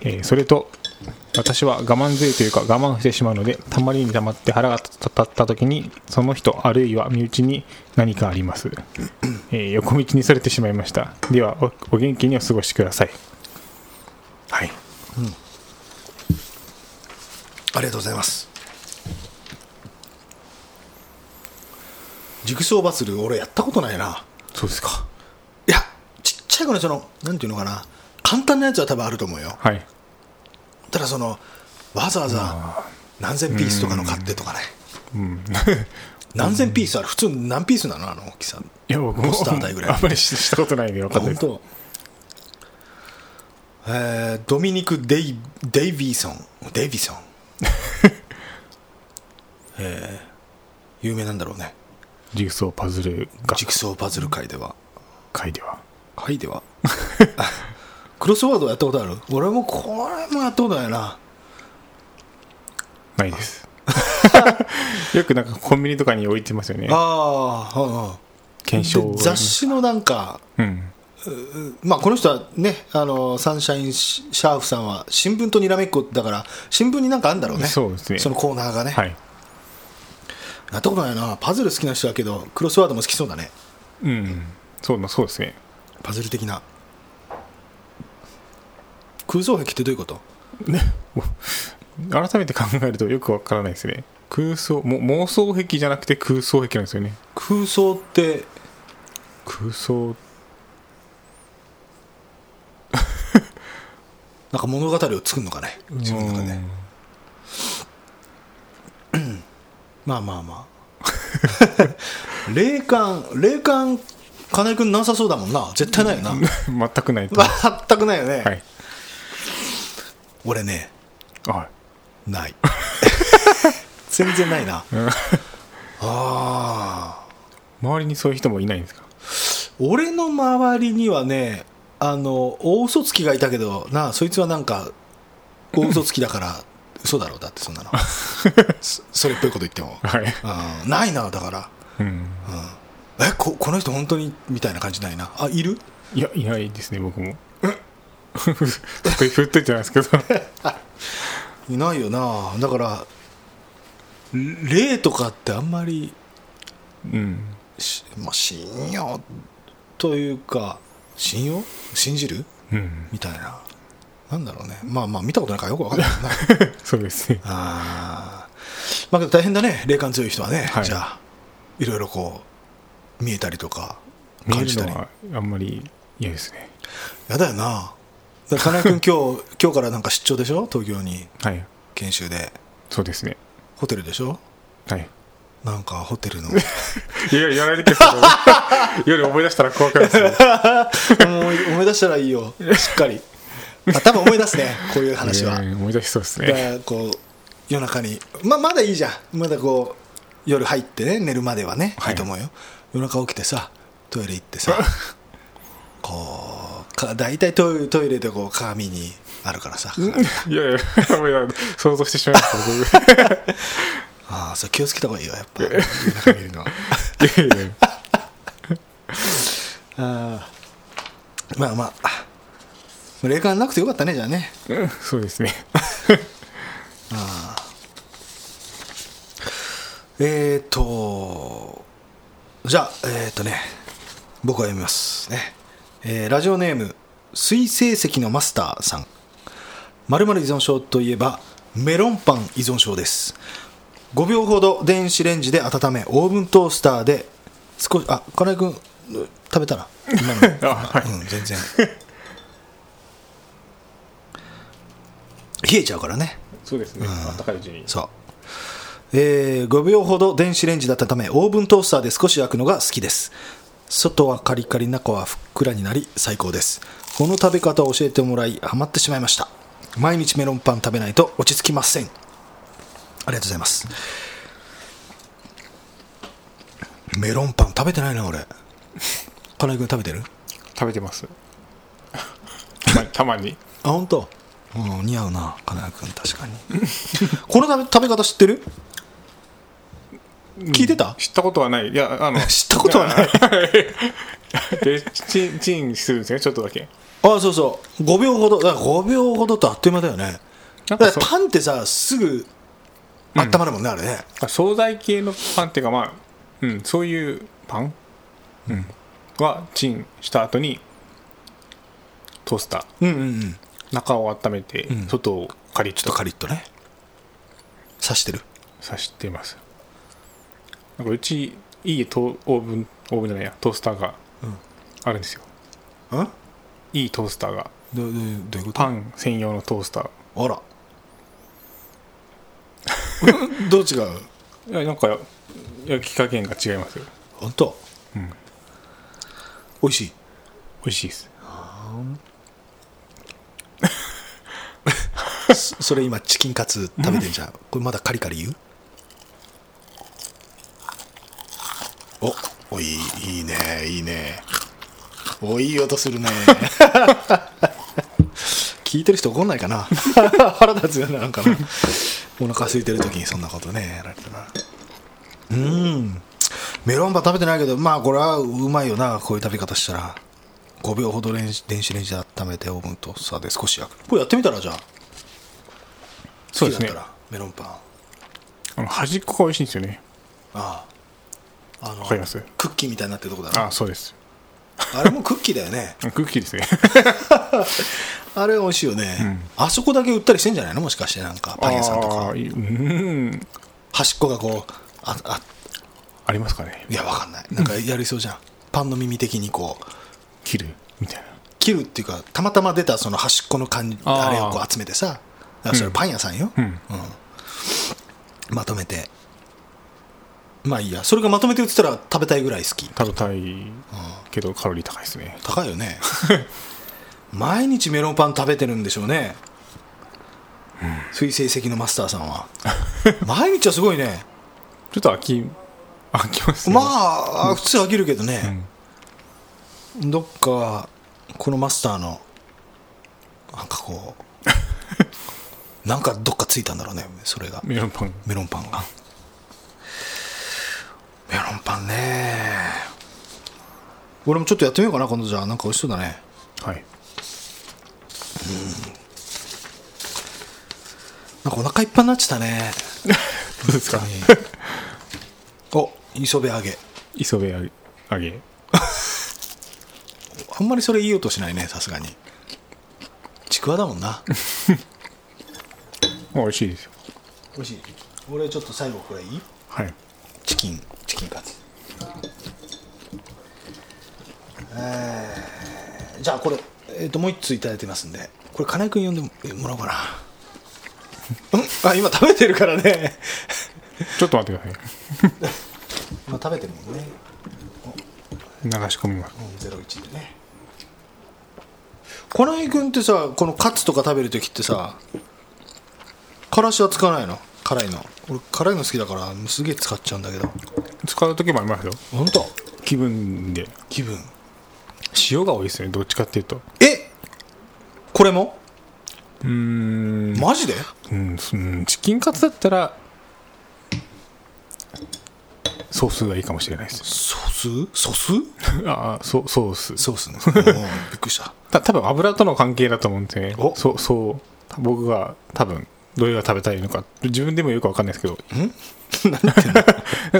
S4: えーそれと私は我慢強いというか我慢してしまうのでたまりにたまって腹が立った時にその人あるいは身内に何かあります、えー横道にそれてしまいましたではおお元気にお過ごしくださいはい
S2: ありがとうございます熟成バスル俺やったことないな
S4: そうですか
S2: いやちっちゃい頃のそのなんていうのかな簡単なやつは多分あると思うよ
S4: はい
S2: ただそのわざわざ何千ピースとかの買ってとかね、何千ピースある普通何ピースなのあの大きさ
S4: いや僕
S2: ポスター代ぐらい
S4: あんまりししたことないんで分かんない
S2: 本
S4: です
S2: 当えードミニク・デイデイビーソンデイビーソンえー有名なんだろうね
S4: ジグソーパズル
S2: ジ
S4: 学
S2: グソーパズル界では
S4: 会では
S2: はいではクロスワードやったことある俺もこれもやったことないな
S4: ないです よくなんかコンビニとかに置いてますよね
S2: ああ、うんうん
S4: 検証
S2: で雑誌のなんか
S4: うん
S2: まあ、この人はねあのサンシャインシャーフさんは新聞とにらめっこだから新聞になんかあるんだろうね
S4: そうですね
S2: そのコーナーがね、
S4: はい
S2: やったことないなパズル好きな人だけどクロスワードも好きそうだね
S4: うんそうそうですね
S2: パズル的な空想壁ってどういうこと
S4: 改めて考えるとよくわからないですね空想も妄想癖じゃなくて空想癖なんですよね
S2: 空想って
S4: 空想
S2: なんか物語を作るのかね自分の中で、
S4: うん
S2: まあまあまあ 霊感霊感金井君なさそうだもんな絶対ないよな
S4: 全くないと思います
S2: 全くないよね、
S4: はい
S2: 俺ね
S4: あ
S2: ない 全然ないなああ
S4: 周りにそういう人もいないんですか
S2: 俺の周りにはねあの大嘘つきがいたけどなそいつはなんか大嘘つきだから嘘だろうだってそんなの そそれっぽいこと言っても、
S4: はい
S2: あーないなだから
S4: うん
S2: えここの人本当にみたいな感じないなあいる
S4: いやいないですね僕もふふふ振っといてないですけど
S2: いないよなだから霊とかってあんまり
S4: うん
S2: しまあ、信用というか信用信じる
S4: うん
S2: みたいななんだろうねまあまあ見たことないからよくわかん ないな
S4: そうですね
S2: あーまあけど大変だね霊感強い人はね、
S4: はい
S2: じゃあいろいろこう見えたりとか
S4: 見
S2: 感
S4: え
S2: じ
S4: る
S2: た
S4: の
S2: り
S4: はあんまり嫌ですね
S2: やだよなだから金井君今日 今日からなんか出張でしょ東京に
S4: はい
S2: 研修で
S4: そうですね
S2: ホテルでしょ
S4: はい
S2: なんかホテル の
S4: いややられてるけど夜思い出したら怖くないですね
S2: 思い思い出したらいいよしっかりあ多分思い出すねこういう話は。
S4: うん思い出しそうです
S2: だ
S4: ね
S2: からこう夜中にまあまだいいじゃんまだこう夜入ってね寝るまではね、
S4: は
S2: い、
S4: い
S2: いと思うよ夜中起きてさトイレ行ってさこうか大体トイレトイレでこう鏡にあるからさ
S4: いやいや、もういや想像してしまいました、僕。
S2: ああそれ気をつけた方がいいよやっぱ家の中にいるのはああまあまあ霊感なくてよかったねじゃあね
S4: うんそうですね
S2: えーとじゃあえーとね僕は読みますね、えーラジオネーム水星石のマスターさんまる依存症といえばメロンパン依存症です5秒ほど電子レンジで温めオーブントースターで少しあ金井君食べたら今の
S4: あはい
S2: うん、全然冷えちゃうからね
S4: そうですねあったかいうちに
S2: そう、えー5秒ほど電子レンジだったためオーブントースターで少し焼くのが好きです外はカリカリ中はふっくらになり最高ですこの食べ方を教えてもらいハマってしまいました毎日メロンパン食べないと落ち着きませんありがとうございますメロンパン食べてないな俺金井君食べてる
S4: 食べてますたまにたまに
S2: あ本当。うん似合うな金井君確かに この食べ食べ方知ってる聞いてた
S4: 知ったことはないいやあの
S2: 知ったことはない
S4: でチンチンするんですねちょっとだけ
S2: あそうそう5秒ほどだから5秒ほどとあっという間だよねだ
S4: な
S2: か
S4: んからそう
S2: パンってさすぐ温まるもんね、あれね
S4: 惣菜系のパンっていうかまあ、うん、そういうパン、うん、はチンした後にトースター
S2: うんうんうんちょ
S4: 中を温めて、外をカリッ
S2: っと
S4: と
S2: カリッとね刺してる
S4: さしてますなんかうちいいトーオーブンオーブンじゃないやトースターがあるんですよ、
S2: んど
S4: いいトースターが
S2: どどういうこと
S4: パン専用のトースター
S2: あ らどう違う
S4: いやなんか焼き加減が違います
S2: 本当
S4: うん
S2: 美味しい
S4: 美味しいです
S2: そそれ今チキンカツ食べてんじゃんこれまだカリカリ言うおおいいいいねいいねおいい音するね 聞いてる人怒んないかな 腹立つよねなんかなお腹空いてる時にそんなことねやられたらうんメロンパン食べてないけどまあこれはうまいよなこういう食べ方したら5秒ほどレンジ電子レンジで温めてオーブンとさで少し焼くこれやってみたらじゃあ
S4: そうですね
S2: 好きだったらメロンパンあ
S4: あの端っこが美味しいんですよね
S2: ああの
S4: わかります
S2: クッキーみたいになってるとこだな
S4: あそうです
S2: あれもクッキーだよね
S4: クッキーですね
S2: あれ美味しいよね、あそこだけ売ったりしてんじゃないのもしかしてなんか パン屋さんとか
S4: あーいうん
S2: 端っこがこうああ
S4: ありますかね
S2: いやわかんないなんかやりそうじゃん、パンの耳的にこう
S4: 切るみたいな
S2: 切るっていうかたまたま出たその端っこの感じ
S4: あー
S2: あれをこう集めてさだからそれパン屋さんよ、
S4: うん
S2: まとめてまあいいやそれがまとめて売ってたら食べたいぐらい好き
S4: 食べたいけどカロリー高いですね
S2: 高いよね 毎日メロンパン食べてるんでしょうね、水星石のマスターさんは毎日はすごいね
S4: ちょっと飽き飽きますね
S2: まあ普通飽きるけどね、どっかこのマスターのなんかこうなんかどっかついたんだろうねそれが
S4: メロンパン
S2: メロンパンがメロンパンね俺もちょっとやってみようかな今度じゃあなんか美味しそうだね
S4: はい
S2: なんかお腹いっぱいになっちゃったね
S4: どうですか
S2: お磯辺揚げ
S4: 磯辺揚げ揚げ
S2: あんまりそれ言いようとしないねさすがにちくわだもん な
S4: 美味しいですよ
S2: 美味しい俺ちょっと最後これいい
S4: はい
S2: チキンチキンカツえーじゃあこれ、えー、ともう一ついただいてますんでこれ金井君呼んでもえーもらおうか なうんあ今食べてるからね
S4: ちょっと待ってくださ
S2: 今食べてるもんね
S4: い流し込みます
S2: うん01でね金井君ってさこのカツとか食べるときってさからしは使わないの辛いの俺辛いの好きだからすげえ使っちゃうんだけど
S4: 使う時もありますよ
S2: 本当
S4: 気分で
S2: 気分
S4: 塩が多いですねどっちかっていうと
S2: えこれも
S4: うーん
S2: マジで
S4: うん、うんチキンカツだったらソースがいいかもしれないです。
S2: ソースソース
S4: ああ、そう、ソース。
S2: ソースね。おーびっくり した。
S4: た多分油との関係だと思うんですよね
S2: お
S4: そうそう僕が多分どれが食べたいのか自分でもよくわかんないですけど なん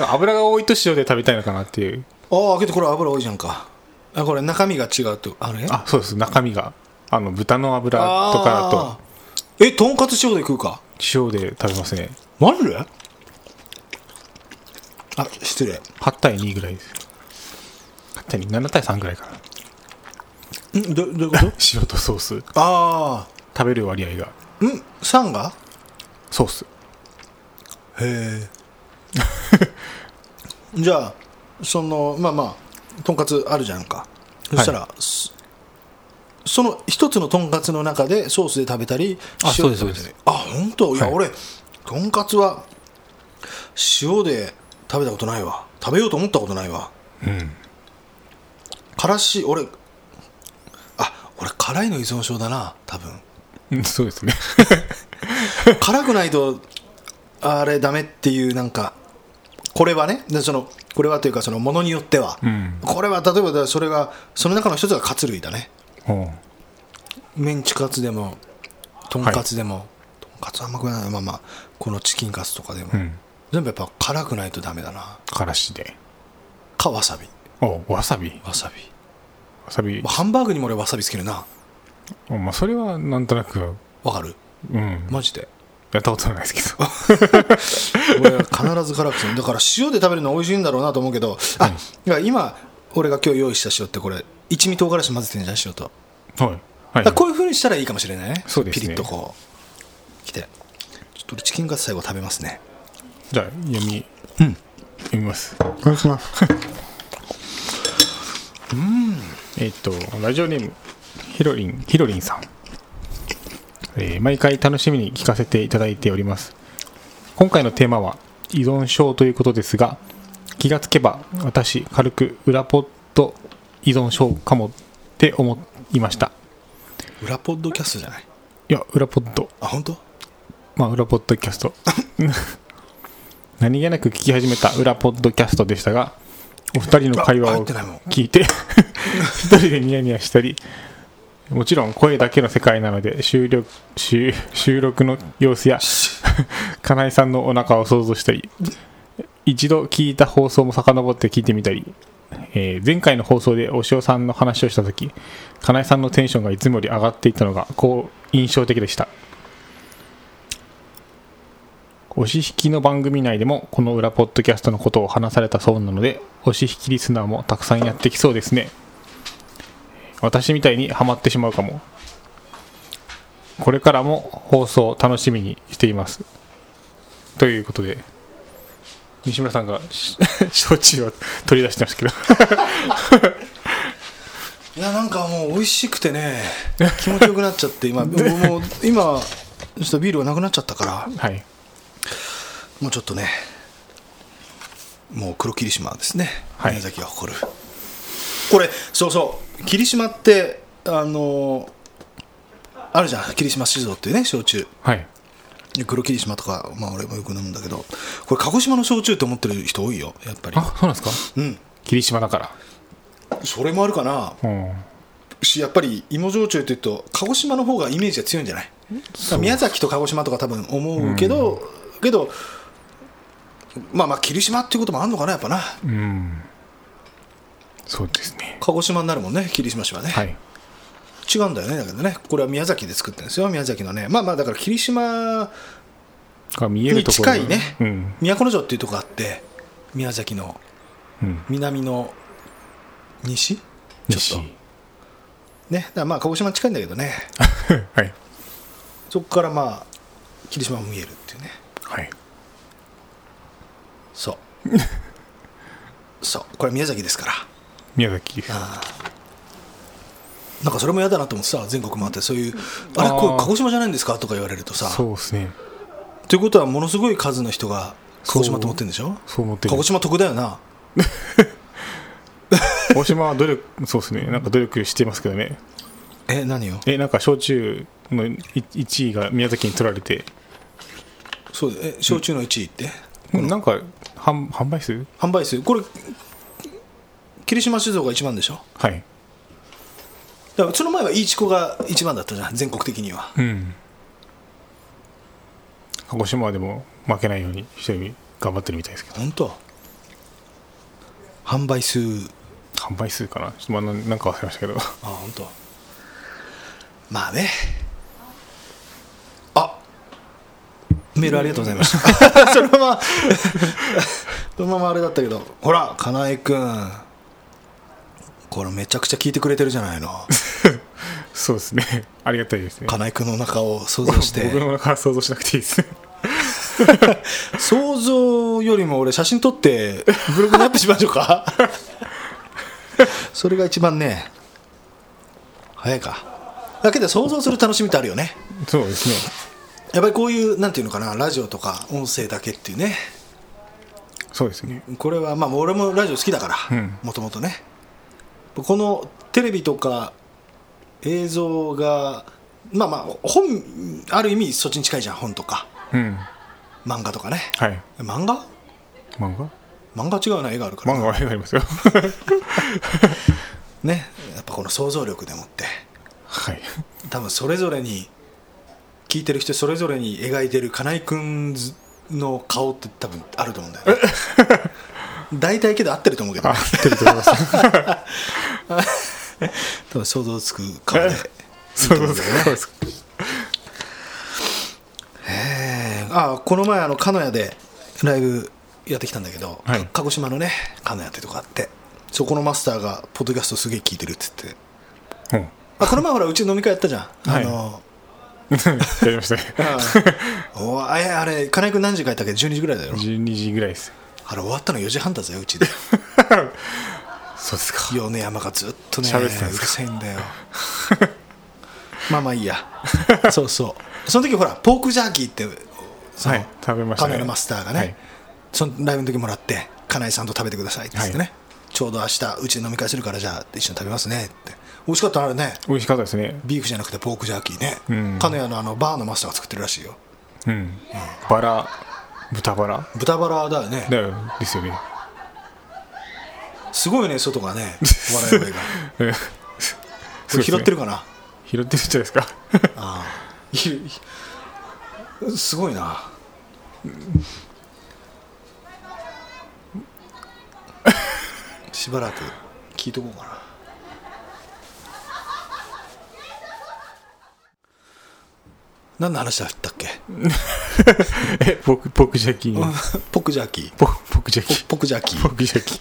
S4: か油が多いと塩で食べたいのかなっていう
S2: ああ、けどこれ油多いじゃんか。あ、これ中身が違うと。あれ
S4: あそうです中身があの豚の油とかだと
S2: と。え、とんかつ塩で食うか
S4: 塩で食べますね
S2: マジであ、失礼。
S4: 8対2ぐらいです8対27対3ぐらいかな
S2: んど どういうこと
S4: 塩とソース
S2: あ
S4: 食べる割合が
S2: あ。ん酸が
S4: ソース
S2: へえ じゃあそのまあまあとんかつあるじゃんかそしたら、すその一つのとんかつの中でソースで食べたり
S4: あ
S2: 塩
S4: そうです
S2: 食べたりあ本当いや、
S4: はい
S2: 俺とんかつは塩で食べたことないわ食べようと思ったことないわ
S4: うん
S2: からし俺あ俺辛いの依存症だな多分
S4: うんそうですね
S2: 辛くないとあれダメっていうなんかこれはねでそのこれはというかそのものによっては、
S4: うん
S2: これは例えばだからそれがその中の一つがカツ類だね
S4: おう
S2: メンチカツでもとんかつでも、とんかつあんま食えないまあまあこのチキンカツとかでも、
S4: うん
S2: 全部やっぱ辛くないとダメだな
S4: からしで
S2: かわさび
S4: おうわさび
S2: わさび
S4: わさび
S2: まあハンバーグにも俺わさびつけるな
S4: まあそれはなんとなく
S2: わかる
S4: うん
S2: マジで
S4: やったことないですけど。
S2: 俺は必ず辛くするだから塩で食べるの美味しいんだろうなと思うけどあ、いや今俺が今日用意した塩ってこれ一味唐辛子混ぜてんじゃん塩と
S4: はい。は
S2: だからこういうふうにしたらいいかもしれないね
S4: そうですね
S2: ピリッとこうきてちょっと俺チキンカツ最後食べますね
S4: じゃあ、読み、読みます。
S2: お願いし ます
S4: えっ、と、ラジオネーム、ヒロリン、ヒロリンさん。えー毎回楽しみに聞かせていただいております。今回のテーマは、依存症ということですが、気がつけば、私、軽く、裏ポット依存症かもって思いました。
S2: 裏ポッドキャストじゃない
S4: いや、裏ポット
S2: あ本当
S4: まあ、裏ポッドキャスト。 何気なく聞き始めた裏ポッドキャストでしたが、お二人の会話
S2: 入
S4: を
S2: ってないもん
S4: 聞いて、 一人でニヤニヤしたり、もちろん声だけの世界なので、収録収収録の様子や、かなえさんのお腹を想像したり、一度聞いた放送も遡って聞いてみたり、えー前回の放送でお塩さんの話をした時かなえさんのテンションがいつもより上がっていたのがこう印象的でした押し引きの番組内でもこの裏ポッドキャストのことを話されたそうなので押し引きリスナーもたくさんやってきそうですね私みたいにハマってしまうかもこれからも放送を楽しみにしていますということで西村さんがし 焼酎を取り出してましたけど
S2: いやなんかもう美味しくてね気持ちよくなっちゃって 今もう今ちょっとビールがなくなっちゃったから
S4: はい
S2: もうちょっとねもう黒霧島ですね、
S4: はい
S2: 宮崎が誇るこれそうそう霧島ってあのあるじゃん霧島酒造っていうね焼酎
S4: はい
S2: で黒霧島とか、まあ、俺もよく飲むんだけどこれ鹿児島の焼酎って思ってる人多いよやっぱり
S4: あそうなんですか
S2: うん
S4: 霧島だから
S2: それもあるかな
S4: うん
S2: しやっぱり芋焼酎っていうと鹿児島の方がイメージが強いんじゃない宮崎と鹿児島とか多分思うけど、けどまあまあ霧島っていうこともあるのかなやっぱな
S4: うんそうですね
S2: 鹿児島になるもんね霧島市はね、
S4: はい
S2: 違うんだよねだけどねこれは宮崎で作ってるんですよ宮崎のねまあまあだから霧島
S4: が見えるところ
S2: 近いね
S4: うん
S2: 都城っていうとこがあって宮崎の
S4: うん
S2: 南の西ちょ
S4: 西
S2: っとねだからまあ鹿児島近いんだけどね
S4: はい
S2: そこからまあ霧島も見えるっていうね
S4: はい
S2: そう そうこれ宮崎ですから
S4: 宮崎です
S2: なんかそれも嫌だなと思ってさ全国回ってそういうあれ
S4: あー
S2: これ鹿児島じゃないんですかとか言われるとさ
S4: そうですね
S2: ということはものすごい数の人が鹿児島と思ってるんでしょ
S4: そう思って
S2: 鹿
S4: る
S2: 児島得だよな
S4: 大島は努力そうですねなんか努力してますけどね
S2: え何よ
S4: えなんか焼酎の1位が宮崎に取られて
S2: そうえ焼酎の1位って、
S4: なんか販販売数
S2: 販売数これ霧島酒造が1番でしょ
S4: はい
S2: だからその前はいいちこが1番だったじゃん全国的には
S4: うん鹿児島はでも負けないように一人頑張ってるみたいですけど
S2: 本当販売数
S4: 販売数かなちょっとまあななんか忘れましたけど
S2: あ本当まあねあメールありがとうございました そのままそのままあれだったけどほらかなえくんこれめちゃくちゃ聞いてくれてるじゃない の
S4: そうですねありがたいですね
S2: かなえくんの中を想像し
S4: 僕
S2: て
S4: の中想像しなくていいです
S2: 想像よりも俺写真撮ってブログにアップしましょう かそれが一番ね早いかだけど想像する楽しみってあるよね
S4: そうですね
S2: やっぱりこういうなんていうのかなラジオとか音声だけっていうね
S4: そうですね
S2: これはまあ俺もラジオ好きだか
S4: うん
S2: らもともとねこのテレビとか映像がまあまあ本ある意味そっちに近いじゃん本とか
S4: うん
S2: 漫画とかね
S4: はい
S2: 漫画
S4: 漫画
S2: 漫画違うな絵があるから
S4: 漫画はありますよ
S2: ねやっぱこの想像力でもって
S4: はい
S2: 多分それぞれに聞いてる人それぞれに描いてる金井君の顔って多分あると思うんだよ、ね、 大体けど合ってると思うけど、
S4: あ
S2: ね、
S4: 知ってると思います
S2: 多分想像つく顔で
S4: そうですかそうですか
S2: えーあこの前あの鹿屋でライブやってきたんだけど、
S4: はい
S2: 鹿児島のね鹿屋ってとこあってそこのマスターがポッドキャストすげえ聞いてるっつって
S4: うん
S2: あこの前ほらうち飲み会やったじゃん、あの
S4: やりましたね
S2: うんおあれあれ金井君何時帰ったっけ12時ぐらいだよ
S4: 12時ぐらいです
S2: あれ終わったの4時半だぜう ちで
S4: そうですか
S2: 米山がずっとね
S4: 喋ってたんで
S2: うる
S4: すか
S2: さいん だよまあまあいいやそうそうその時ほらポークジャーキーってその、
S4: はい食べました
S2: カ
S4: ね
S2: メラマスターがね、
S4: はい
S2: そのライブの時もらって金井さんと食べてくださいって言ってね、
S4: はい
S2: ちょうど明日うちで飲み会するからじゃあ一緒に食べますねって美味しかったのあれね
S4: 美味しかったですね
S2: ビーフじゃなくてポークジャーキーね、
S4: うん
S2: 金谷のあのバーのマスターが作ってるらしいよ
S4: うんバラ豚バラ
S2: 豚バラだよね
S4: だよですよね
S2: すごいよね外がね笑い声が
S4: うん
S2: これ拾ってるかな、
S4: 拾ってるじゃないですか
S2: ああ すごいなしばらく聞いとこうかな何の話だったっけ
S4: えポクポクジャーキーの
S2: ポックジャーキー
S4: ポポクジャーキ
S2: ポ
S4: ー
S2: ポックジャーキ
S4: ポ
S2: ー
S4: クジャーキー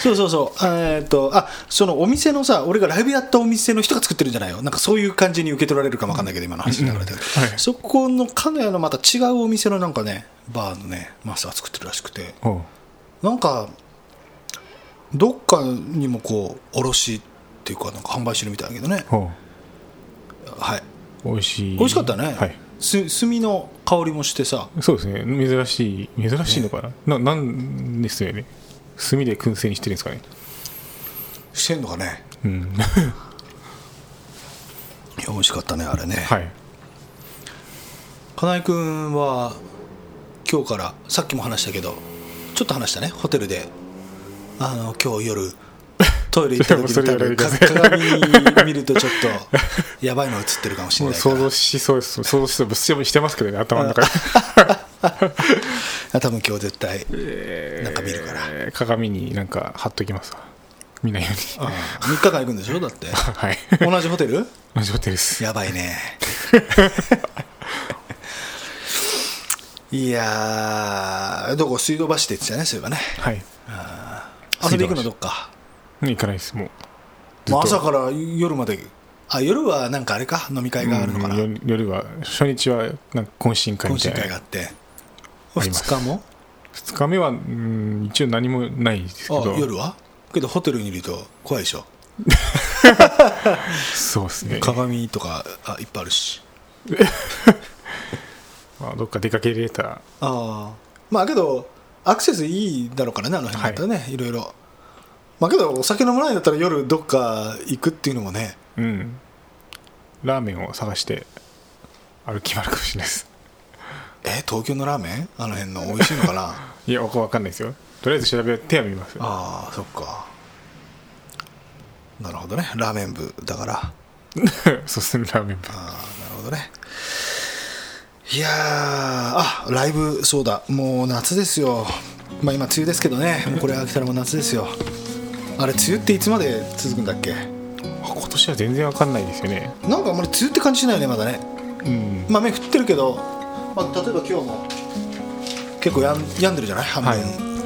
S2: そうそうそうえーっとあそのお店のさ俺がライブやったお店の人が作ってるんじゃないよなんかそういう感じに受け取られるかもわかんないけど今の話流れてる、
S4: はい
S2: そこの金谷のまた違うお店のなんかねバーのねマスターが作ってるらしくて
S4: おう
S2: なんかどっかにもこう卸っていうかなんか販売してるみたいだけどね
S4: おう
S2: はい
S4: 美味しい
S2: 美味しかったね、
S4: はい
S2: す炭の香りもしてさ
S4: そうですね珍しい珍しいのかな、ななんですよね炭で燻製にしてるんですかね
S2: してんのかね
S4: うん
S2: いや美味しかったねあれね、
S4: はい
S2: 金井君は今日からさっきも話したけどちょっと話したねホテルであの今日 夜トイレ行った時
S4: そ
S2: に
S4: れ
S2: 多
S4: やられ
S2: 分
S4: て
S2: か
S4: る
S2: 鏡見るとちょっとやばいの映ってるかもしれ
S4: もう
S2: ないか
S4: 想
S2: ら
S4: 像しそうです想像しそうぶっしてますけどね頭の中で
S2: あ多分今日絶対なんか見るから、
S4: えー鏡になんか貼っときますわ見ないように
S2: 3日間行くんでしょだって
S4: はい
S2: 同じホテル
S4: 同じホテルです
S2: やばい ねいやーどこ水道橋って言ってたねそういえばね
S4: はい
S2: 遊び行くのどっか
S4: 行かないですもう
S2: もう朝から夜まであ夜はなんかあれか飲み会があるのかな、
S4: うん夜夜は初日はなんか懇親会
S2: 懇
S4: みた
S2: 親
S4: い
S2: 会が
S4: な
S2: あって
S4: あります
S2: 2日も
S4: 2日目はうん一応何もないですけ
S2: あ
S4: ど
S2: 夜はけどホテルにいると怖いでしょ
S4: そうですね、
S2: 鏡とかあいっぱいあるし
S4: まあ、どっか出かけれたら
S2: ああまあけどアクセスいいだろうからねあの辺だったらね、い、ろいろまあけどお酒飲まないんだったら夜どっか行くっていうのもね
S4: うんラーメンを探して歩き回るかもしれないです
S2: え東京のラーメンあの辺の美味しいのかな
S4: いやわかわかんないですよとりあえず調べ手は見ます
S2: ああそっかなるほどねラーメン部だからあ
S4: そうするラーメンパン
S2: あなるほどねいやーあライブそうだもう夏ですよまあ今梅雨ですけどねもうこれ飽きたらもう夏ですよあれ梅雨っていつまで続くんだっけ
S4: あ今年は全然わかんないですよね
S2: なんかあんまり梅雨って感じしないよねまだね
S4: うん
S2: まあ、雨降ってるけど、まあ、例えば今日も結構やん病んでるじゃない半分、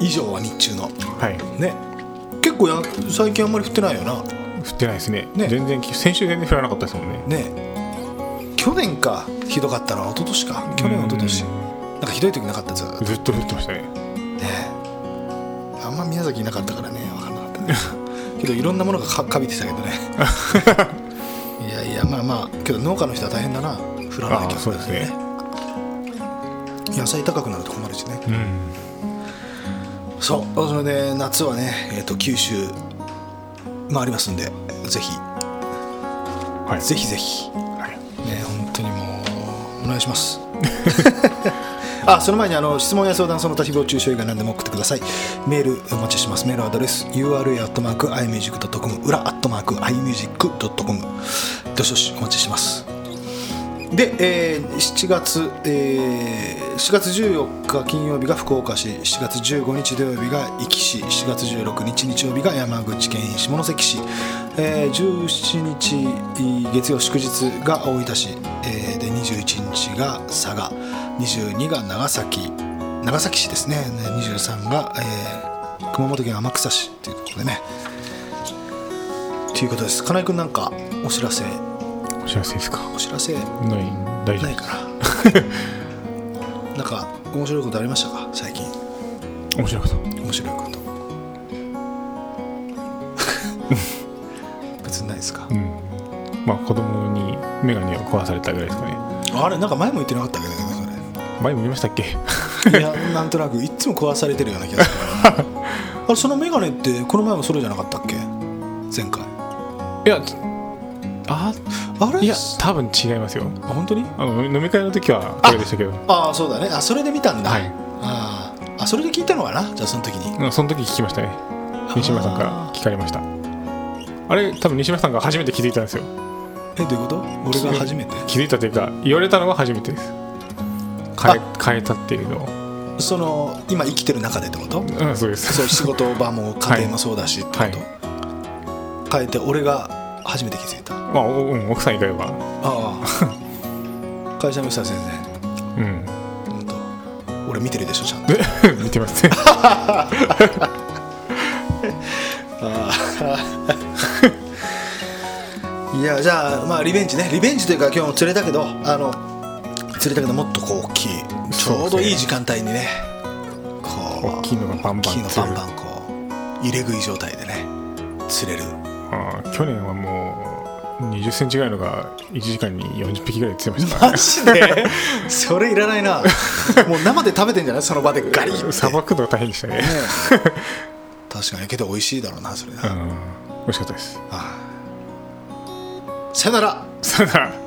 S2: 以上は日中の
S4: はい
S2: ね結構や最近あんまり降ってないよな
S4: 降ってないですね
S2: ね
S4: 全然先週全然降らなかったですもんね
S2: ね去年かひどかったのは一昨年か去年一昨年なんかひどい時なかったずっとね
S4: ずっと降ってましたね
S2: あんま宮崎いなかったからね分かんなかったねけどいろんなものがかかびてたけ どねいやいやまあまあけど農家の人は大変だな降らなきゃ
S4: ああそうですね
S2: 野菜高くなると困るしね
S4: うん
S2: そうそれで夏はね、えー、と九州回りますんでぜひ
S4: はい
S2: ぜひぜひ
S4: はい
S2: ね本当にもうお願いします あその前にあの質問や相談その他誹謗中傷以外何でも送ってくださいメールお待ちしてますメールアドレス URA.imusic.com 裏 .imusic.com どしどしお待ちしてますで、えー7月、えー4月14日金曜日が福岡市7月15日土曜日が壱岐市4月16日日曜日が山口県下関市、えー17日えー月曜祝日が大分市、えーで21日が佐賀22が長崎長崎市ですねね23が、えー熊本県天草市ということでねということです金井君なんかお知らせ
S4: お知らせですか
S2: お知らせ
S4: ない大丈
S2: ない
S4: 夫
S2: かななんか面白いことありましたか最近
S4: 面白いこと
S2: 面白いこと別にないですか
S4: うんまあ子供に眼鏡を壊されたぐらいですかね
S2: あれなんか前も言ってなかったけど
S4: 前も言いましたっけ
S2: ねそれいやなんとなくいっつも壊されてるような気がするあれその眼鏡ってこの前もそれじゃなかったっけ前回
S4: いやあ
S2: あれ
S4: いや多分違いますよ
S2: あ本当に
S4: あの飲み会の時はこれでしたけど
S2: ああそうだねあそれで見たんだ、
S4: はい
S2: あーあそれで聞いたのかなじゃあその時に
S4: うんその時聞きましたね西村さんから聞かれましたあれ多分西村さんが初めて気づいたんですよ
S2: えどういうこと俺が初めて
S4: 気づいたというか言われたのが初めてです変え変えたっていうのを
S2: その今生きてる中でってこと
S4: うんそうです
S2: そう仕事場も家庭もそうだしってこと、
S4: はい
S2: 変えて俺が初めて気づいたあ
S4: まあ、おうん、奥さん以外は
S2: あ会社の人は全然
S4: うん
S2: 本当俺見てるでしょちゃんと
S4: 見 てますね
S2: いやじゃあまあ リベンジねリベンジというか今日も釣れたけどあの釣れたけどもっとこう大きいちょうどいい時間帯にねこう
S4: 大きいのがバンバン
S2: 大きいの
S4: 釣
S2: バ
S4: れ
S2: ン
S4: る
S2: バンこう入れ食い状態でね釣れる
S4: あー去年はもう2 0センチぐらいのが1時間に40匹ぐらい釣れましたか ら
S2: マジでそれいらないなもう生で食べてんじゃないその場でガリッて
S4: さばくのが大変でしたね、
S2: 確かにけど美味しいだろうなそれな、
S4: うん、美味しかったです
S2: さよなら
S4: さよなら